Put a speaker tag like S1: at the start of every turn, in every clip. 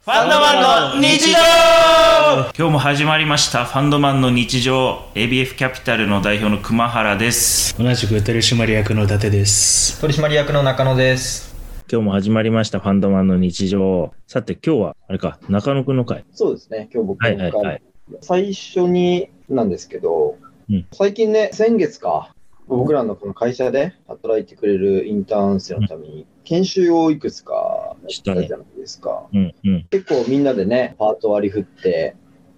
S1: ファンドマンの日常
S2: 今日も始まりましたファンドマンの日常 ABF キャピタルの代表の熊原です
S3: 同じく取締役の伊達です。
S1: 取締役の中野です。
S2: 今日も始まりましたファンドマンの日常さて今日はあれか中野くんの会
S4: そうですね、今日僕
S2: は
S4: から、
S2: いはいはい
S4: 最初になんですけど、
S2: うん
S4: 最近ね、先月か、僕らのこの会社で働いてくれるインターン生のために、研修をいくつか
S2: したね
S4: じゃないですか。
S2: うんうん
S4: 結構みんなでね、パート割り振って、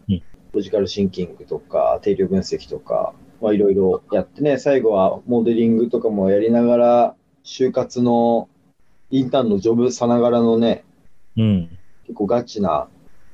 S2: うん
S4: ロジカルシンキングとか、定量分析とか、まあ、いろいろやってね、最後はモデリングとかもやりながら、就活のインターンのジョブさながらのね、
S2: うん
S4: 結構ガチな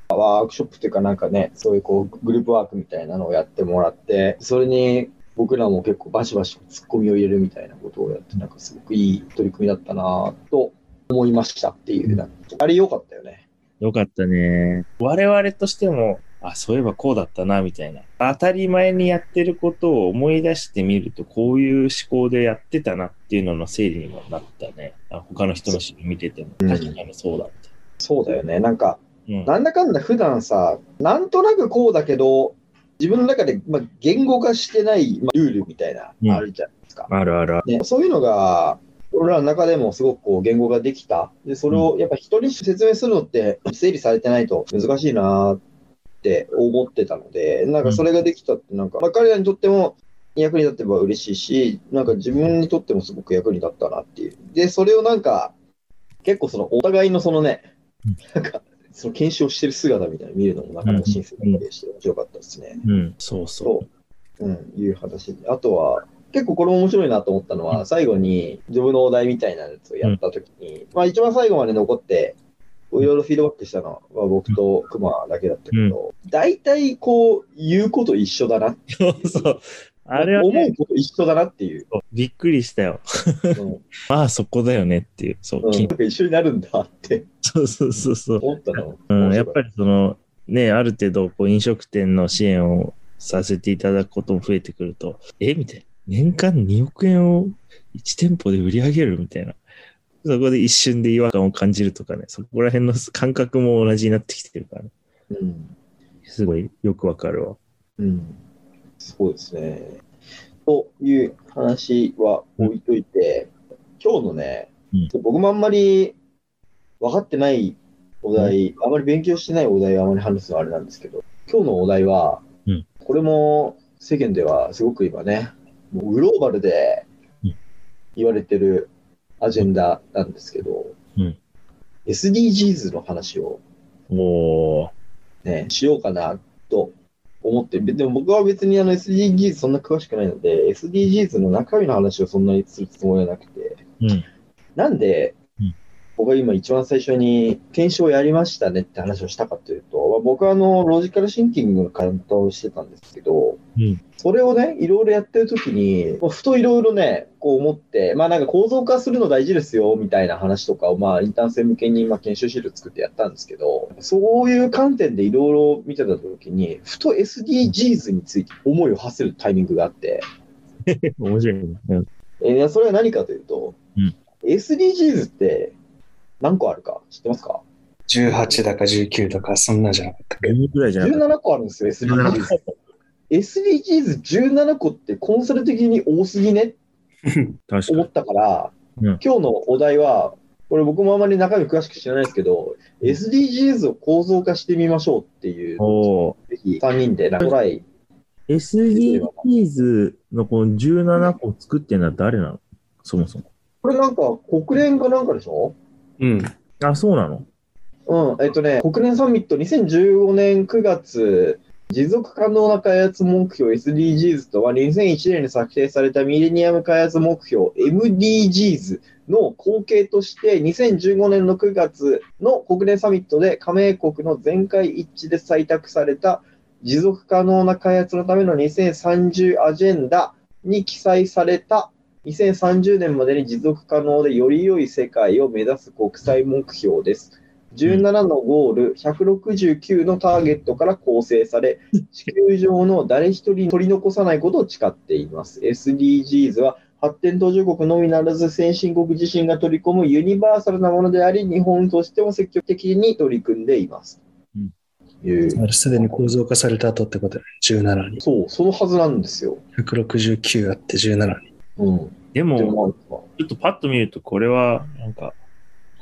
S4: ワークショップというかなんかね、そういうこうグループワークみたいなのをやってもらって、それに僕らも結構バシバシツッコミを入れるみたいなことをやって、なんかすごくいい取り組みだったなぁと思いましたっていう、なんかあれ良かったよね。
S2: よかったね我々としてもあそういえばこうだったなみたいな当たり前にやってることを思い出してみるとこういう思考でやってたなっていうのの整理にもなったねあ他の人の資料見てても
S4: うん
S2: 確かにそうだった、
S4: そうだよね。なんか、
S2: うん
S4: なんだかんだ普段さ、なんとなくこうだけど、自分の中で、まあ、言語化してない、まあ、ルールみたいな
S2: う、ん
S4: あるじゃないですか。
S2: あるあるある
S4: ね、そういうのが、俺らの中でもすごくこう言語ができた。で、それをやっぱ人に説明するのって整理されてないと難しいなーって思ってたので、なんかそれができたってなんか、まあ、彼らにとっても役に立てば嬉しいし、なんか自分にとってもすごく役に立ったなっていう。で、それをなんか、結構そのお互いのそのね、なんか、その検証してる姿みたいなの見るのもなかなか新鮮だったりして面白かったですね。
S2: うんそうそう
S4: そう、うん、いう話で。あとは、結構これも面白いなと思ったのは、最後に、ジョブのお題みたいなやつをやったときに、まあ一番最後まで残って、いろいろフィードバックしたのは僕とクマだけだったけど、大体こう、言うこと一緒だな。
S2: そうそう。あれは、
S4: 思
S2: ね、
S4: うこと一緒だなっていう。
S2: びっくりしたよ。
S4: うん
S2: まあそこだよねっていう。そう、
S4: うん、な
S2: き
S4: んか一緒になるんだって
S2: そうそうそうそう。
S4: 思ったの。
S2: うん、やっぱ
S4: り。
S2: りその、ね、ある程度こう飲食店の支援をさせていただくことも増えてくると、えみたいな。年間2億円を1店舗で売り上げるみたいな。そこで一瞬で違和感を感じるとかね、そこら辺の感覚も同じになってきてるから、ね、
S4: うん。
S2: すごいよくわかるわ。
S4: うん。そうですね。という話は置いといて、今日のね、
S2: うん
S4: 僕もあんまり分かってないお題、あまり勉強してないお題はあまり話すのはあれなんですけど、今日のお題は、
S2: うん
S4: これも世間ではすごく今ね、もうグローバルで
S2: うん
S4: 言われてるアジェンダなんですけど、
S2: うん
S4: SDGs の話を
S2: おー。
S4: ね、しようかなと思って、ででも僕は別にあの SDGs そんな詳しくないので、SDGs の中身の話をそんなにするつもりはなくて、
S2: うん。
S4: なんで、
S2: うん
S4: 僕が今一番最初に検証やりましたねって話をしたかというと、まあ僕はあのロジカルシンキングの担当をしてたんですけど、
S2: うん
S4: それをね、いろいろやってる時に、まあふといろいろね、こう思って、まあなんか構造化するの大事ですよ、みたいな話とかを、まあインターン生向けにまあ研修資料作ってやったんですけど、そういう観点でいろいろ見てた時に、ふと SDGs について思いを馳せるタイミングがあって、
S2: 面白いね。うん
S4: えーそれは何かというと、
S2: うん
S4: SDGs って何個あるか知ってますか
S3: 18だか19だか、そんなじゃなかったっけど。
S2: 10ぐらいじゃなかった。
S4: ?17 個あるんですよ、SDGs。SDGs17 個ってコンサル的に多すぎねって
S2: 確か
S4: 思
S2: に。
S4: ったから、
S2: うん
S4: 今日のお題は、これ僕もあまり中身詳しく知らないですけど、SDGs を構造化してみましょうっていう、
S2: おー。
S4: ぜひ3人でなんかトライ
S2: SDGs のこの17個を作ってるのは誰なのそもそも。
S4: これなんか国連かなんかでしょ
S3: うん。
S2: あ、そうなの
S4: うん、えっとね、国連サミット2015年9月、持続可能な開発目標 SDGs とは2001年に策定されたミレニアム開発目標 MDGs の後継として2015年の9月の国連サミットで加盟国の全会一致で採択された持続可能な開発のための2030アジェンダに記載された2030年までに持続可能でより良い世界を目指す国際目標です。17のゴール、169のターゲットから構成され、地球上の誰一人取り残さないことを誓っています。SDGs は発展途上国のみならず先進国自身が取り込むユニバーサルなものであり、日本としても積極的に取り組んでいます。
S2: うん
S4: いう
S5: あれすでに構造化された後ってことだよね。17に。
S4: そう、そのはずなんですよ。
S5: 169あって17に。
S4: うん。
S2: でも、
S4: で
S2: ち
S4: もなんか、
S2: ょっとパッと見ると、これは、なんか、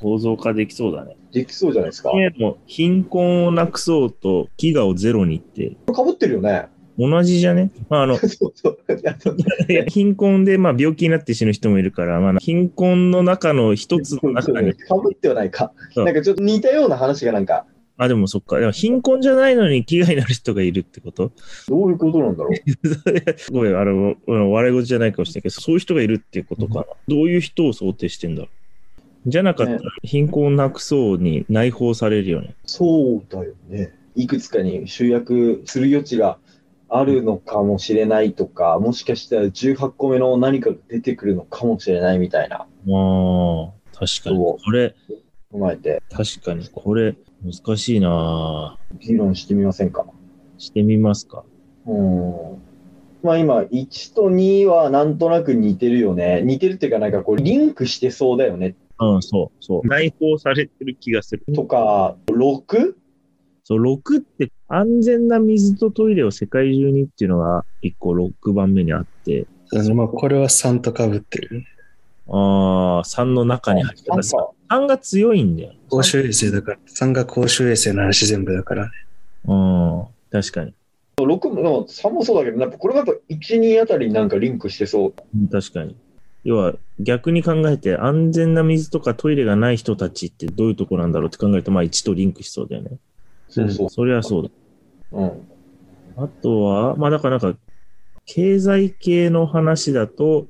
S2: 構造化できそうだね。
S4: できそうじゃないですか。
S2: ねもう貧困をなくそうと、飢餓をゼロにって、
S4: かぶってるよね。
S2: 同じじゃねまあ、あの、
S4: そうそう。いやそう
S2: いや貧困で、まあ、病気になって死ぬ人もいるから、まあ、貧困の中の一つの中に、
S4: かぶってはないか。
S2: うん
S4: なんかちょっと似たような話がなんか、
S2: あ、でもそっか、でも貧困じゃないのに飢餓になる人がいるってこと
S4: どういうことなんだろう。
S2: ごめん、あの、うん笑い事じゃないかもしれないけど、そういう人がいるってことかな。どういう人を想定してんだろう。じゃなかったら、
S4: ね
S2: 貧困をなくそうに内包されるよね。
S4: そうだよね。いくつかに集約する余地があるのかもしれないとか、もしかしたら18個目の何かが出てくるのかもしれないみたいな、
S2: まあ、確かに。
S4: そ
S2: これ、
S4: 踏まえて
S2: 確かに、これ、難しいなぁ
S4: 議論してみませんか。
S2: してみますか。
S4: うん。まあ今、1と2はなんとなく似てるよね。似てるっていうか、なんかこう、リンクしてそうだよね。
S2: うん、そう、そう。内包されてる気がする。
S4: とか、6?
S2: そう、6って安全な水とトイレを世界中にっていうのが一個6番目にあって、
S5: あのまあ、これは3と被ってるよね。
S2: ああ、3の中に入って
S4: なん
S2: た。
S4: か、
S2: 3が強いんだよ。
S5: 公衆衛生だから。3が公衆衛生の話全部だからね。
S2: うん、確かに。
S4: 6の3もそうだけど、やっぱこれがやっぱ1、2あたりになんかリンクしてそう。
S2: うん確かに。要は逆に考えて安全な水とかトイレがない人たちってどういうとこなんだろうって考えると、まあ1とリンクしそうだよね。
S4: そうそ
S2: それはそうだ。
S4: う。うん。
S2: あとは、まあだからなんか、経済系の話だと、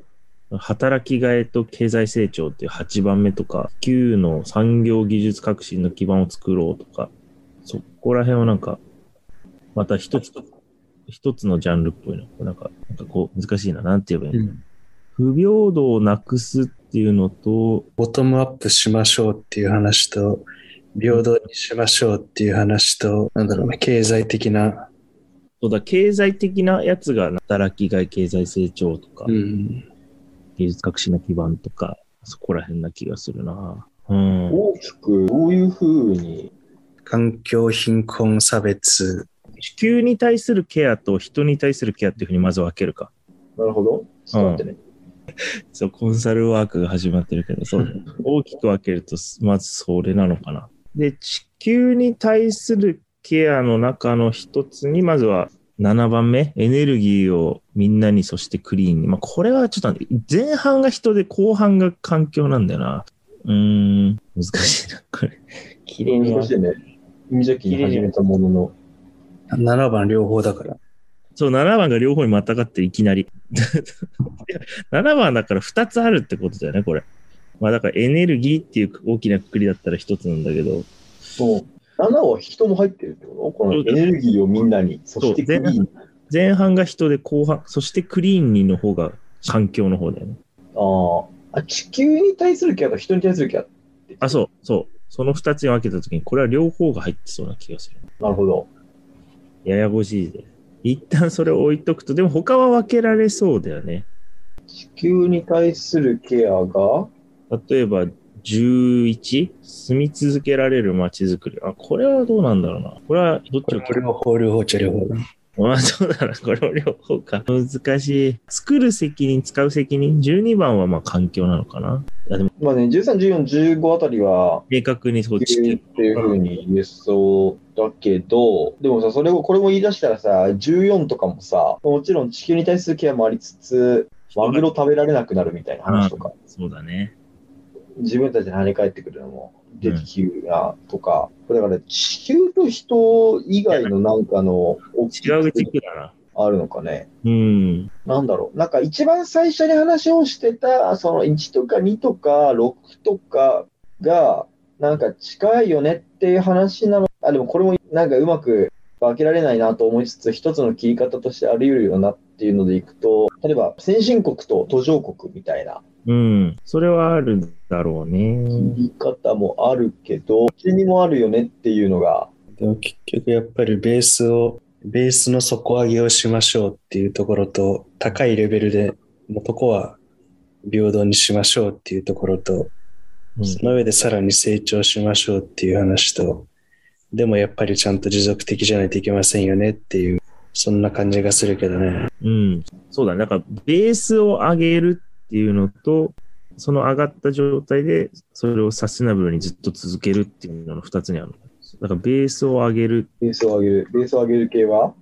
S2: 働きがえと経済成長っていう8番目とか、9の産業技術革新の基盤を作ろうとか、そこら辺はなんか、また一つ、一つのジャンルっぽいな。なんか、なんかこう、難しいな。なんて言えばいいの、不平等をなくすっていうのと、
S5: ボトムアップしましょうっていう話と、平等にしましょうっていう話と、なんだろうな、経済的な、
S2: そうだ、経済的なやつが働きがい経済成長とか、
S5: うん、
S2: 技術革新の基盤とか、そこら辺な気がするな。うん。
S4: 大きく、どういうふうに
S5: 環境、貧困、差別、
S2: 地球に対するケアと人に対するケアっていうふうにまず分けるか。
S4: なるほど。ちょっと待ってね。
S2: そう、コンサルワークが始まってるけど、そうだね。大きく分けると、まずそれなのかな。で、地球に対するケアの中の一つに、まずは7番目、エネルギーをみんなに、そしてクリーンに。まあ、これはちょっと、前半が人で、後半が環境なんだよな。うーん、難しいな、これ。綺麗に分
S4: 難しいね。無邪気に始めたものの。
S5: 7番両方だから。
S2: そう、7番が両方にまたがってるいきなり。7番だから2つあるってことだよね、これ。まあだからエネルギーっていう大きなくくりだったら1つなんだけど、
S4: そう。7は人も入ってるってことこのエネルギーをみんなに、そしてクリーン。
S2: 前半が人で後半、そしてクリーンにの方が環境の方だよね。
S4: あーあ、地球に対するケアと人に対するケア。
S2: あ、そう、そう。その2つに分けたときに、これは両方が入ってそうな気がする。
S4: なるほど。
S2: ややこしいで。一旦それを置いとくと、でも他は分けられそうだよね。
S4: 地球に対するケアが、
S2: 例えば、11? 住み続けられる街づくり。あ、これはどうなんだろうな。これはどっ
S5: こ
S2: ち
S5: れ
S2: を
S5: も両方、両方っちゃ両方だ。
S2: まあそうだな、これも両方か。難しい。作る責任、使う責任。12番はまあ環境なのかな。
S4: まあね、13、14、15あたりは、
S2: 明確にそう、
S4: 地
S2: 地
S4: 球っ
S2: 球。
S4: ていうふうに言えそうだけど、でもさ、それを、これも言い出したらさ、14とかもさ、もちろん地球に対するケアもありつつ、マグロ食べられなくなるみたいな話とか。
S2: そうだね。
S4: 自分たちに跳ね返ってくるのも出てきるなとか、これだから地球と人以外のなんかの大き
S2: 違う地
S4: い
S2: 区だな。
S4: あるのかね。
S2: うん。
S4: なんだろう。なんか一番最初に話をしてた、その1とか2とか6とかが、なんか近いよねっていう話なの。あ、でもこれもなんかうまく分けられないなと思いつつ、一つの切り方としてあり得るよなっていうのでいくと、例えば先進国と途上国みたいな
S2: うん。それはあるだろう
S4: 言
S2: ね。
S4: い方もあるけど、うちにもあるよねっていうのが、
S5: でも結局やっぱりベースを、ベースの底上げをしましょうっていうところと、高いレベルでのとこは平等にしましょうっていうところと、
S2: うん
S5: その上でさらに成長しましょうっていう話と、でもやっぱりちゃんと持続的じゃないといけませんよねっていう、そんな感じがするけどね。
S2: うん、そうだね。だから、ベースを上げるっていうのと、その上がった状態で、それをサステナブルにずっと続けるっていうのの二つにあるの。だから、ベースを上げる、
S4: ベースを上げる。ベースを上げる系は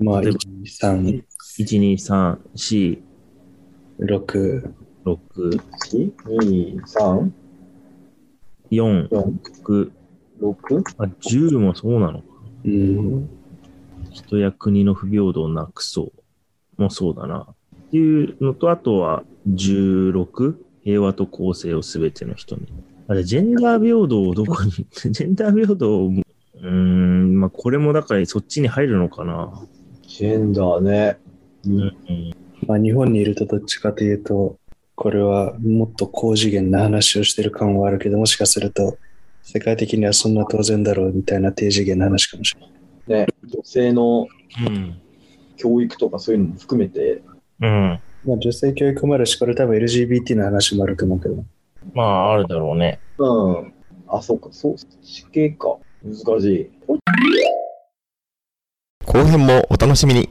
S5: まあ、
S2: で
S5: 1
S2: も、
S5: 2、
S2: 1、2、3、4、
S5: 3、6、
S2: 6、
S4: ?1、2、3、
S2: 4、
S4: 4、
S2: 6、
S4: 6?
S2: あ10もそうなのか。
S5: うん、
S2: 人や国の不平等をなくそうもそうだな。っていうのと、あとは16、平和と公正をすべての人に。あれ、ジェンダー平等をどこに、 ジェンダー平等を、うーん、まあ、これもだからそっちに入るのかな。
S4: ジェンダーね。
S5: まあ、日本にいるとどっちかというと、これはもっと高次元な話をしてる感はあるけど、もしかすると、世界的にはそんな当然だろうみたいな低次元な話かもしれな
S4: ね、
S5: い。
S4: 女性の
S2: うん。
S4: 教育とかそういうのも含めて、
S2: うん。
S5: まあ、女性教育もあるし、これ多分 LGBT の話もあると思うけど、
S2: まあ、あるだろうね。
S4: うん。あ、そうか、そう、地形か。難しい。
S6: 後編もお楽しみに